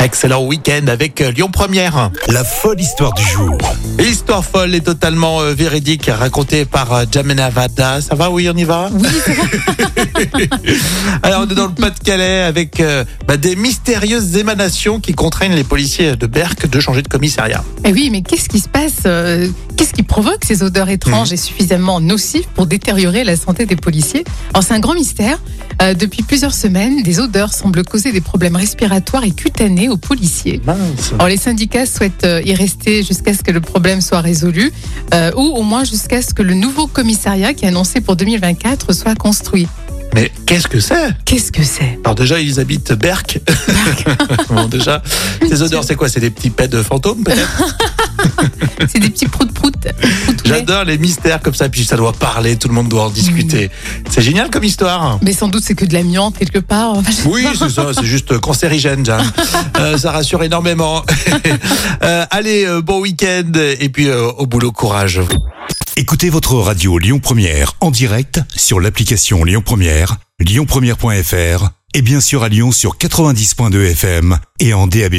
Excellent week-end avec euh, Lyon Première. La folle histoire du jour. Et Histoire folle et totalement euh, véridique racontée par euh, Jamena Vada. Ça va Oui, on y va Oui. Alors on est dans le Pas-de-Calais avec euh, bah, des mystérieuses émanations qui contraignent les policiers de Berck de changer de commissariat. Eh oui, mais qu'est-ce qui se passe euh, Qu'est-ce qui provoque ces odeurs étranges et suffisamment nocives pour détériorer la santé des policiers Alors c'est un grand mystère. Euh, depuis plusieurs semaines, des odeurs semblent causer des problèmes respiratoires et cutanés aux policiers. Mince. Alors les syndicats souhaitent euh, y rester jusqu'à ce que le problème soit résolu, euh, ou au moins jusqu'à ce que le nouveau commissariat qui est annoncé pour 2024 soit construit. Mais qu'est-ce que c'est Qu'est-ce que c'est Alors déjà, ils habitent Berck. bon, déjà, ces odeurs, c'est quoi C'est des petits pets de fantômes peut-être C'est des petits prout-prout. prout-proutouets. J'adore les mystères comme ça, puis ça doit parler, tout le monde doit en discuter. C'est génial comme histoire. Mais sans doute c'est que de l'amiante quelque part. Enfin, je- Oui, c'est ça, c'est juste cancérigène, Jeanne. Euh, ça rassure énormément. Euh, allez, euh, bon week-end et puis euh, au boulot, courage. Écoutez votre radio Lyon Première en direct sur l'application Lyon Première, lyonpremière.fr et bien sûr à Lyon sur 90.2 FM et en DAB+.